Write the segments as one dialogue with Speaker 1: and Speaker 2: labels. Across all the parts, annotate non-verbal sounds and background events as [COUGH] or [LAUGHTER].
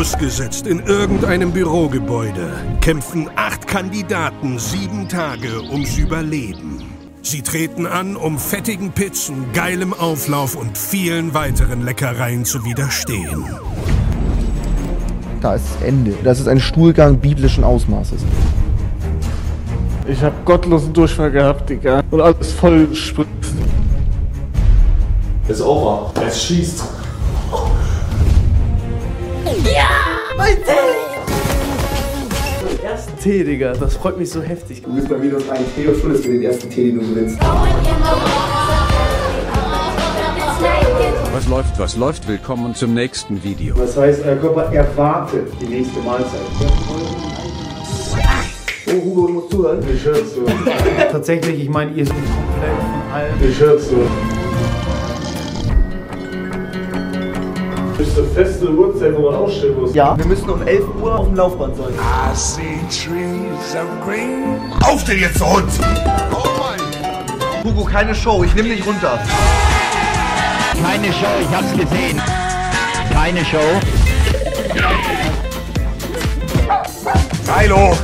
Speaker 1: Ausgesetzt in irgendeinem Bürogebäude kämpfen acht Kandidaten sieben Tage ums Überleben. Sie treten an, um fettigen Pizzen, geilem Auflauf und vielen weiteren Leckereien zu widerstehen.
Speaker 2: Da ist Ende. Das ist ein Stuhlgang biblischen Ausmaßes.
Speaker 3: Ich habe gottlosen Durchfall gehabt, Digga. Und alles voll spritzt.
Speaker 4: Ist over. Es schießt.
Speaker 5: Ersten Tee, Digga. Das freut mich so heftig.
Speaker 6: Du bist bei minus 1 Tee und schuldest mir den ersten Tee, den du gewinnst.
Speaker 7: Was läuft, was läuft? Willkommen zum nächsten Video.
Speaker 6: Das heißt, euer Körper erwartet die nächste Mahlzeit. Oh, Hugo, du musst zuhören. Ich höre [LAUGHS] zu.
Speaker 3: Tatsächlich, ich meine, ihr seid komplett von allem.
Speaker 6: Ich höre zu.
Speaker 3: Das ist eine feste Uhrzeit, wo man ausstehen muss.
Speaker 2: Ja.
Speaker 6: Wir müssen um 11 Uhr auf dem Laufband sein.
Speaker 1: Auf den jetzt, Hund!
Speaker 6: Hugo, keine Show, ich nehme dich runter.
Speaker 8: Keine Show, ich hab's gesehen. Keine Show.
Speaker 1: Hallo!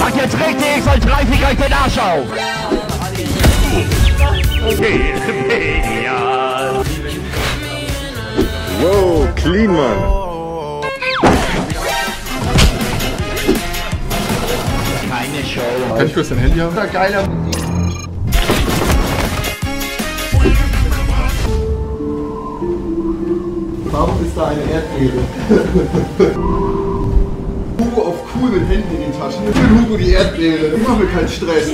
Speaker 8: Mach jetzt richtig, sonst reiß ich euch den Arsch auf.
Speaker 4: Wow, clean, Mann.
Speaker 8: Keine Show.
Speaker 4: Kann ich kurz dein Handy haben?
Speaker 6: Ja, geiler. Warum ist da eine Erdbeere?
Speaker 4: Hugo auf cool mit Händen in den Taschen. Ich bin Hugo die Erdbeere. Ich mache mir keinen Stress.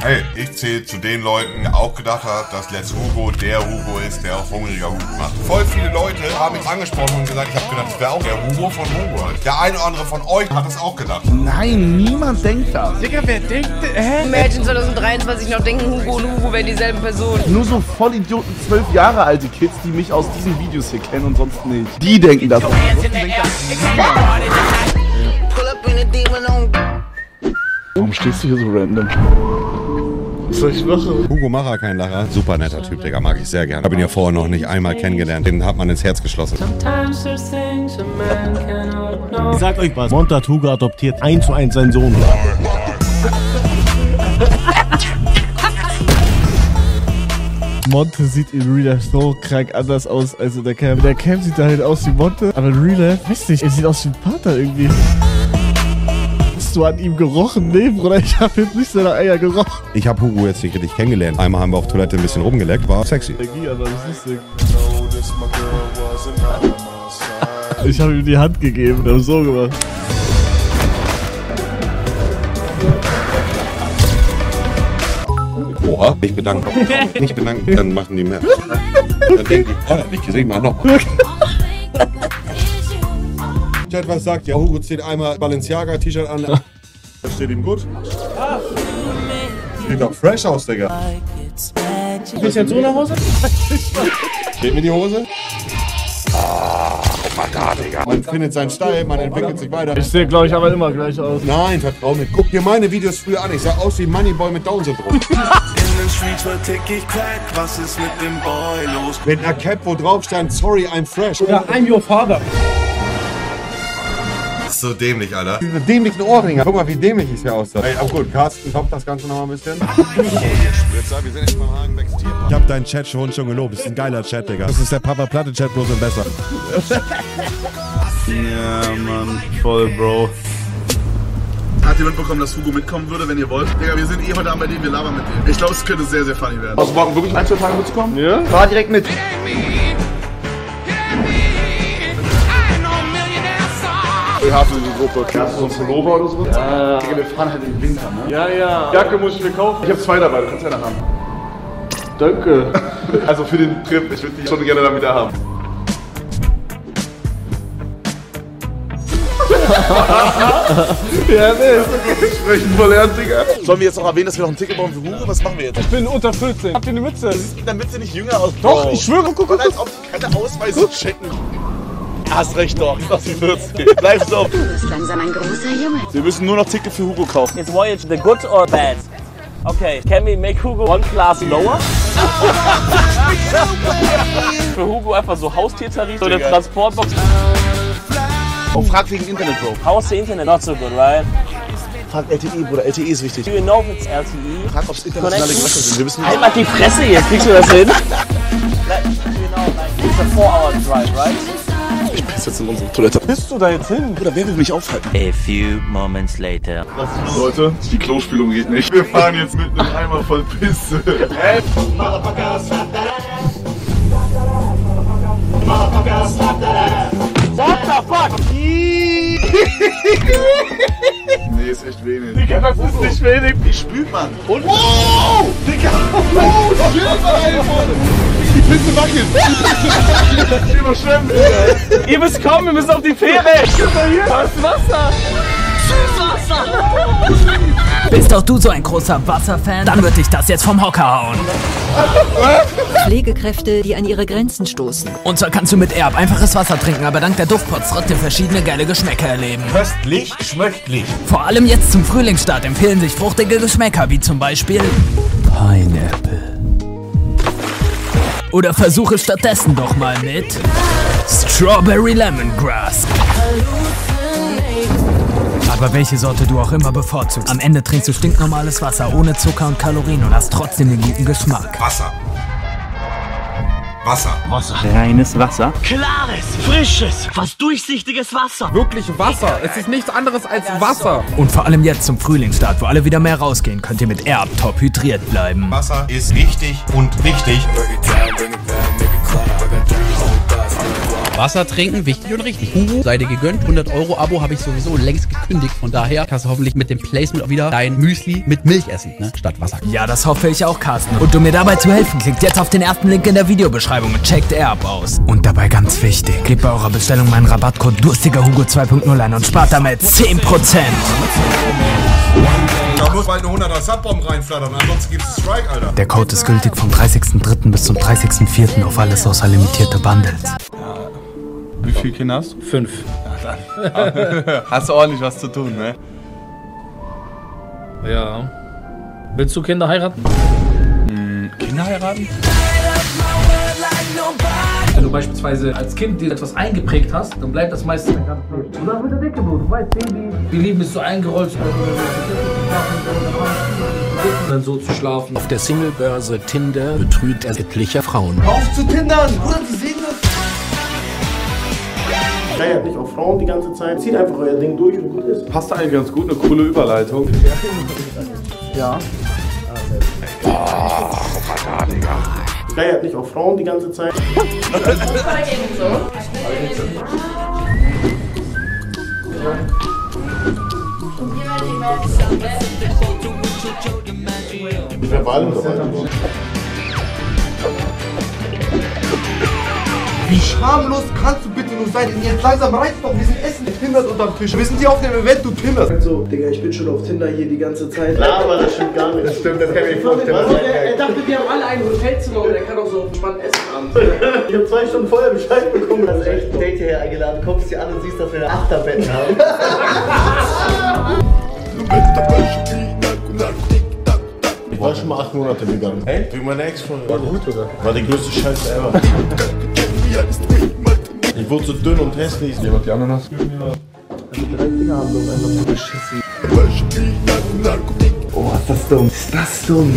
Speaker 9: Hey, ich zähle zu den Leuten, der auch gedacht hat, dass Let's Hugo der Hugo ist, der auch hungriger Hugo macht. Voll viele Leute haben mich angesprochen und gesagt, ich habe gedacht, das wäre auch der Hugo von Hugo. Der eine oder andere von euch hat das auch gedacht.
Speaker 2: Nein, niemand denkt das.
Speaker 5: Digga, wer denkt. Hä?
Speaker 10: Imagine 2023 noch denken, Hugo und Hugo wären dieselben Personen.
Speaker 3: Nur so Vollidioten, zwölf Jahre alte Kids, die mich aus diesen Videos hier kennen und sonst nicht. Die denken das. Warum stehst du hier so random? Soll ich machen?
Speaker 9: Hugo Macher, kein Lacher. Super netter Typ, Digga. Mag ich sehr gern. Habe ihn ja vorher noch nicht einmal kennengelernt. Den hat man ins Herz geschlossen.
Speaker 5: Ich
Speaker 3: Sagt euch was. Montag Hugo adoptiert eins zu eins seinen Sohn. Monte sieht in Real Life so krank anders aus als in der Cam. In der Cam sieht er halt aus wie Monte, aber in Real Life, weiß nicht, er sieht aus wie ein Pater irgendwie. Hast du an ihm gerochen? Nee, Bruder, ich hab jetzt nicht seine Eier gerochen.
Speaker 9: Ich habe Hugo jetzt nicht richtig kennengelernt. Einmal haben wir auf Toilette ein bisschen rumgeleckt. War sexy.
Speaker 3: Ich habe ihm die Hand gegeben und hab so gemacht.
Speaker 9: Oha. Nicht bedanken. Nicht bedanken. Dann machen die mehr. Dann denken die, oh, hab ich gesehen, mach nochmal. Chat, was sagt ihr? Hugo zieht einmal Balenciaga-T-Shirt an. Das steht ihm gut. Sieht doch fresh aus, Digga.
Speaker 5: Bist jetzt so nach Hause?
Speaker 9: Steht mir die Hose? Ah, guck mal da, Digga. Man findet seinen Style, man entwickelt sich weiter.
Speaker 3: Ich sehe, glaube ich, aber immer gleich aus.
Speaker 9: Nein, vertrau mir. Guck dir meine Videos früher an. Ich sah aus wie Moneyboy mit Down-Syndrom. mit einer Cap, wo drauf stand, sorry, I'm fresh.
Speaker 5: Ja, I'm your father.
Speaker 9: So dämlich, Alter. Diese dämlichen Ohrringe. Guck mal, wie dämlich ich hier aussah. Ey, auch gut, Carsten, top das Ganze nochmal ein bisschen. wir sind jetzt beim Hagenbecks Tierpark. Ich hab deinen Chat schon, schon gelobt. Das ist ein geiler Chat, Digga. Das ist der Papa-Platte-Chat, bloß im besser.
Speaker 3: Ja, Mann, voll, Bro.
Speaker 4: Hat jemand bekommen, dass Hugo mitkommen würde, wenn ihr wollt? Digga, wir sind eh heute Abend bei dem, wir labern mit dem. Ich glaube, es könnte sehr, sehr funny werden. Aus Bocken wirklich ein, zwei Tage mitzukommen?
Speaker 3: Ja?
Speaker 2: Fahr direkt mit.
Speaker 4: Ich hasse die Gruppe. Hast du so einen Pullover oder so? Ja. Digga, wir fahren halt im Winter, ne? Ja, ja. Jacke muss ich mir kaufen. Ich habe zwei dabei, du kannst eine haben. Danke. [LAUGHS] also für den Trip, ich würde die schon gerne dann wieder haben. ja, ne, sprechen verlernt, Digga. Sollen wir jetzt noch erwähnen, dass wir noch ein Ticket brauchen für Hugo? Was machen wir jetzt? Ich bin unter 14. Habt ihr eine Mütze? Das sieht in der Mütze nicht jünger aus. Doch, ich schwöre, guck, guck, guck. Als ob die keine Ausweise checken. Hast recht, doch. Ich mach sie 14. Bleib so.
Speaker 10: bist langsam ein großer Junge.
Speaker 4: Wir müssen nur noch Ticket für Hugo kaufen.
Speaker 5: Is voyage the good or bad? Okay, can we make Hugo one
Speaker 11: [LAUGHS]
Speaker 5: class lower? Für Hugo einfach so Haustiertarif, so eine Transportbox.
Speaker 11: Und Oh, frag wegen Internet, Bro.
Speaker 12: How's the internet? Not so good, right?
Speaker 11: Frag LTE, E, Bruder. LTE ist wichtig.
Speaker 12: Do you know if it's LTE?
Speaker 11: Frag, ob's internationale
Speaker 12: Connection?
Speaker 11: Gewässer sind. Wir müssen
Speaker 12: Einmal die Fresse jetzt, kriegst du
Speaker 11: [LAUGHS]
Speaker 12: das hin? Let you know, like, it's a four-hour drive, right?
Speaker 11: Ich piss jetzt in unsere Toilette. Bist du da jetzt hin? Bruder, wer will mich aufhalten?
Speaker 13: A few moments later.
Speaker 4: Leute, die Klospülung geht nicht. Wir fahren jetzt mit einem Eimer voll Pisse.
Speaker 11: What the fuck?
Speaker 4: [LAUGHS] nee, ist echt wenig.
Speaker 11: Digga, das ist nicht wenig. Die spült man. Und. Oh! Digga! Oh, shit, Alter! Die Pisse wackelt! Die Pisse wackelt! Überschwemmt, Digga!
Speaker 12: Ihr müsst kommen, wir müssen auf die Fähre!
Speaker 11: Guck mal hier!
Speaker 12: Da ist Wasser!
Speaker 14: [LAUGHS] Bist auch du so ein großer Wasserfan? Dann wird dich das jetzt vom Hocker hauen.
Speaker 5: Pflegekräfte, die an ihre Grenzen stoßen.
Speaker 14: Und zwar kannst du mit Erb einfaches Wasser trinken, aber dank der Duftpots trotzdem verschiedene geile Geschmäcker erleben.
Speaker 1: Köstlich, schmöchtlich.
Speaker 14: Vor allem jetzt zum Frühlingsstart empfehlen sich fruchtige Geschmäcker, wie zum Beispiel Pineapple. Oder versuche stattdessen doch mal mit Strawberry Lemongrass. Aber welche Sorte du auch immer bevorzugst. Am Ende trinkst du stinknormales Wasser ohne Zucker und Kalorien und hast trotzdem den guten Geschmack.
Speaker 1: Wasser. Wasser. Wasser.
Speaker 14: Reines Wasser?
Speaker 13: Klares, frisches, fast durchsichtiges Wasser. Wirklich Wasser. Es ist nichts anderes als Wasser.
Speaker 14: Und vor allem jetzt zum Frühlingsstart, wo alle wieder mehr rausgehen, könnt ihr mit Erb top hydriert bleiben.
Speaker 1: Wasser ist wichtig und wichtig.
Speaker 15: Wasser trinken, wichtig und richtig. Huhu, sei dir gegönnt. 100 Euro Abo habe ich sowieso längst gekündigt. Von daher kannst du hoffentlich mit dem Placement auch wieder dein Müsli mit Milch essen, ne? statt Wasser.
Speaker 14: Ja, das hoffe ich auch, Carsten. Und um mir dabei zu helfen, klickt jetzt auf den ersten Link in der Videobeschreibung und checkt Erb aus. Und dabei ganz wichtig, gebt bei eurer Bestellung meinen Rabattcode DurstigerHugo 2.0 ein und spart damit 10%.
Speaker 9: Da muss bald eine 100er Subbomb reinflattern, ansonsten gibt's Strike, Alter.
Speaker 14: Der Code ist gültig vom 30.03. bis zum 30.04. auf alles außer limitierte Bundles.
Speaker 16: Wie viele Kinder hast du? Fünf. Ja, dann. [LAUGHS] hast du ordentlich was zu tun, ne?
Speaker 17: Ja. Willst du Kinder heiraten?
Speaker 16: Hm, Kinder heiraten?
Speaker 17: Wenn du beispielsweise als Kind dir etwas eingeprägt hast, dann bleibt das meistens dein ganzes Leben. Oder mit der Decke, Bro. Du weißt, Baby. Die Liebe ist so eingerollt. Dann so zu schlafen.
Speaker 18: Auf der Singlebörse Tinder betrügt er etliche Frauen.
Speaker 3: Auf zu Tindern! Bruder, die sehen das!
Speaker 19: Geiert nicht auf Frauen die ganze Zeit. Zieht einfach euer Ding durch und gut ist.
Speaker 16: Passt eigentlich ganz gut, eine coole Überleitung.
Speaker 19: Ja.
Speaker 16: Boah, Vater, Digga.
Speaker 19: Geiert nicht auf Frauen die ganze Zeit.
Speaker 4: Die verbalen Gewalt.
Speaker 3: Wie schamlos kannst du bitte nur sein? Denn jetzt langsam reizt doch. Wir sind Essen. Ihr tindert unterm Tisch. Wir sind hier auf dem Event, du tinderst. So, Digga, ich bin schon auf Tinder hier die ganze Zeit.
Speaker 19: Laber, das stimmt gar nicht. Das stimmt, das kann ich nicht vorstellen.
Speaker 3: Was?
Speaker 19: Er
Speaker 20: Also, dachte, wir haben alle ein Hotelzimmer und er kann auch so entspannt essen abends.
Speaker 19: Ich hab zwei Stunden vorher Bescheid bekommen. Also echt, ein Date hierher eingeladen, kommst dir an und siehst, dass wir ein Achterbett haben.
Speaker 4: Ich war schon mal acht Monate vegan. Hey? Wegen meiner Ex-Freundin. War gut, oder? War die größte Scheiße ever. ich wurde so dünn und hässlich. Jemand die Ananas?
Speaker 3: Oh, ist das dumm. Ist das dumm.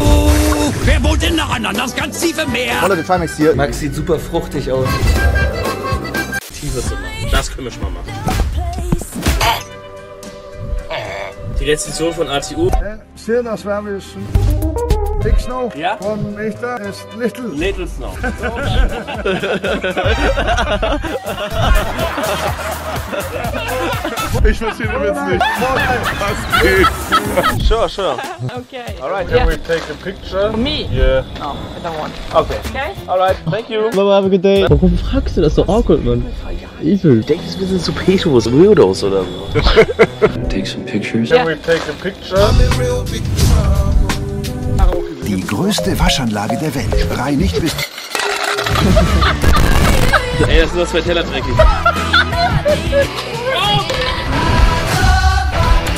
Speaker 13: Wer wohnt in der Ananas ganz tief im Meer?
Speaker 3: Hallo, der Trimax hier. Max sieht super fruchtig aus.
Speaker 12: Tiefes Zimmer. Das können wir schon mal machen. Die Rezension von ATU.
Speaker 21: Sehr das Wärme ist Big Snow ja? von Echter ist Little.
Speaker 12: Little Snow.
Speaker 4: Ich verstehe den Witz nicht. Was geht?
Speaker 12: Sure, sure.
Speaker 4: Okay. Alright, can
Speaker 12: Yeah.
Speaker 4: we take a picture?
Speaker 20: Me?
Speaker 4: Yeah.
Speaker 20: No, I don't want.
Speaker 12: Okay.
Speaker 20: Okay?
Speaker 12: Alright, thank you.
Speaker 15: Mama, have a good day. Warum fragst du das so awkward, Mann? Evil. Denkst wir sind so Petos, Weirdos oder so? Take some pictures.
Speaker 4: Can we take a picture?
Speaker 22: Die größte Waschanlage der Welt reinigt bis
Speaker 12: Ey, das sind das zwei Teller dreckig.
Speaker 4: Das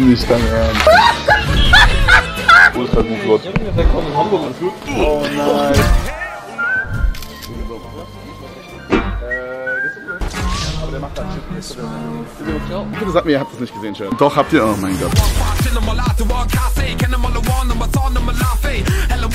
Speaker 4: ist dein Ernst. Wo ist der Googlot? Oh nein. aber der macht halt Shit. Bitte sagt mir, ihr habt das nicht gesehen, Sharon. Doch, habt ihr. Oh mein Gott.
Speaker 1: Shit, I'm a lot to walk, I say. Can I'm on the wall, I'm a song, I'm a laugh, eh. Hello,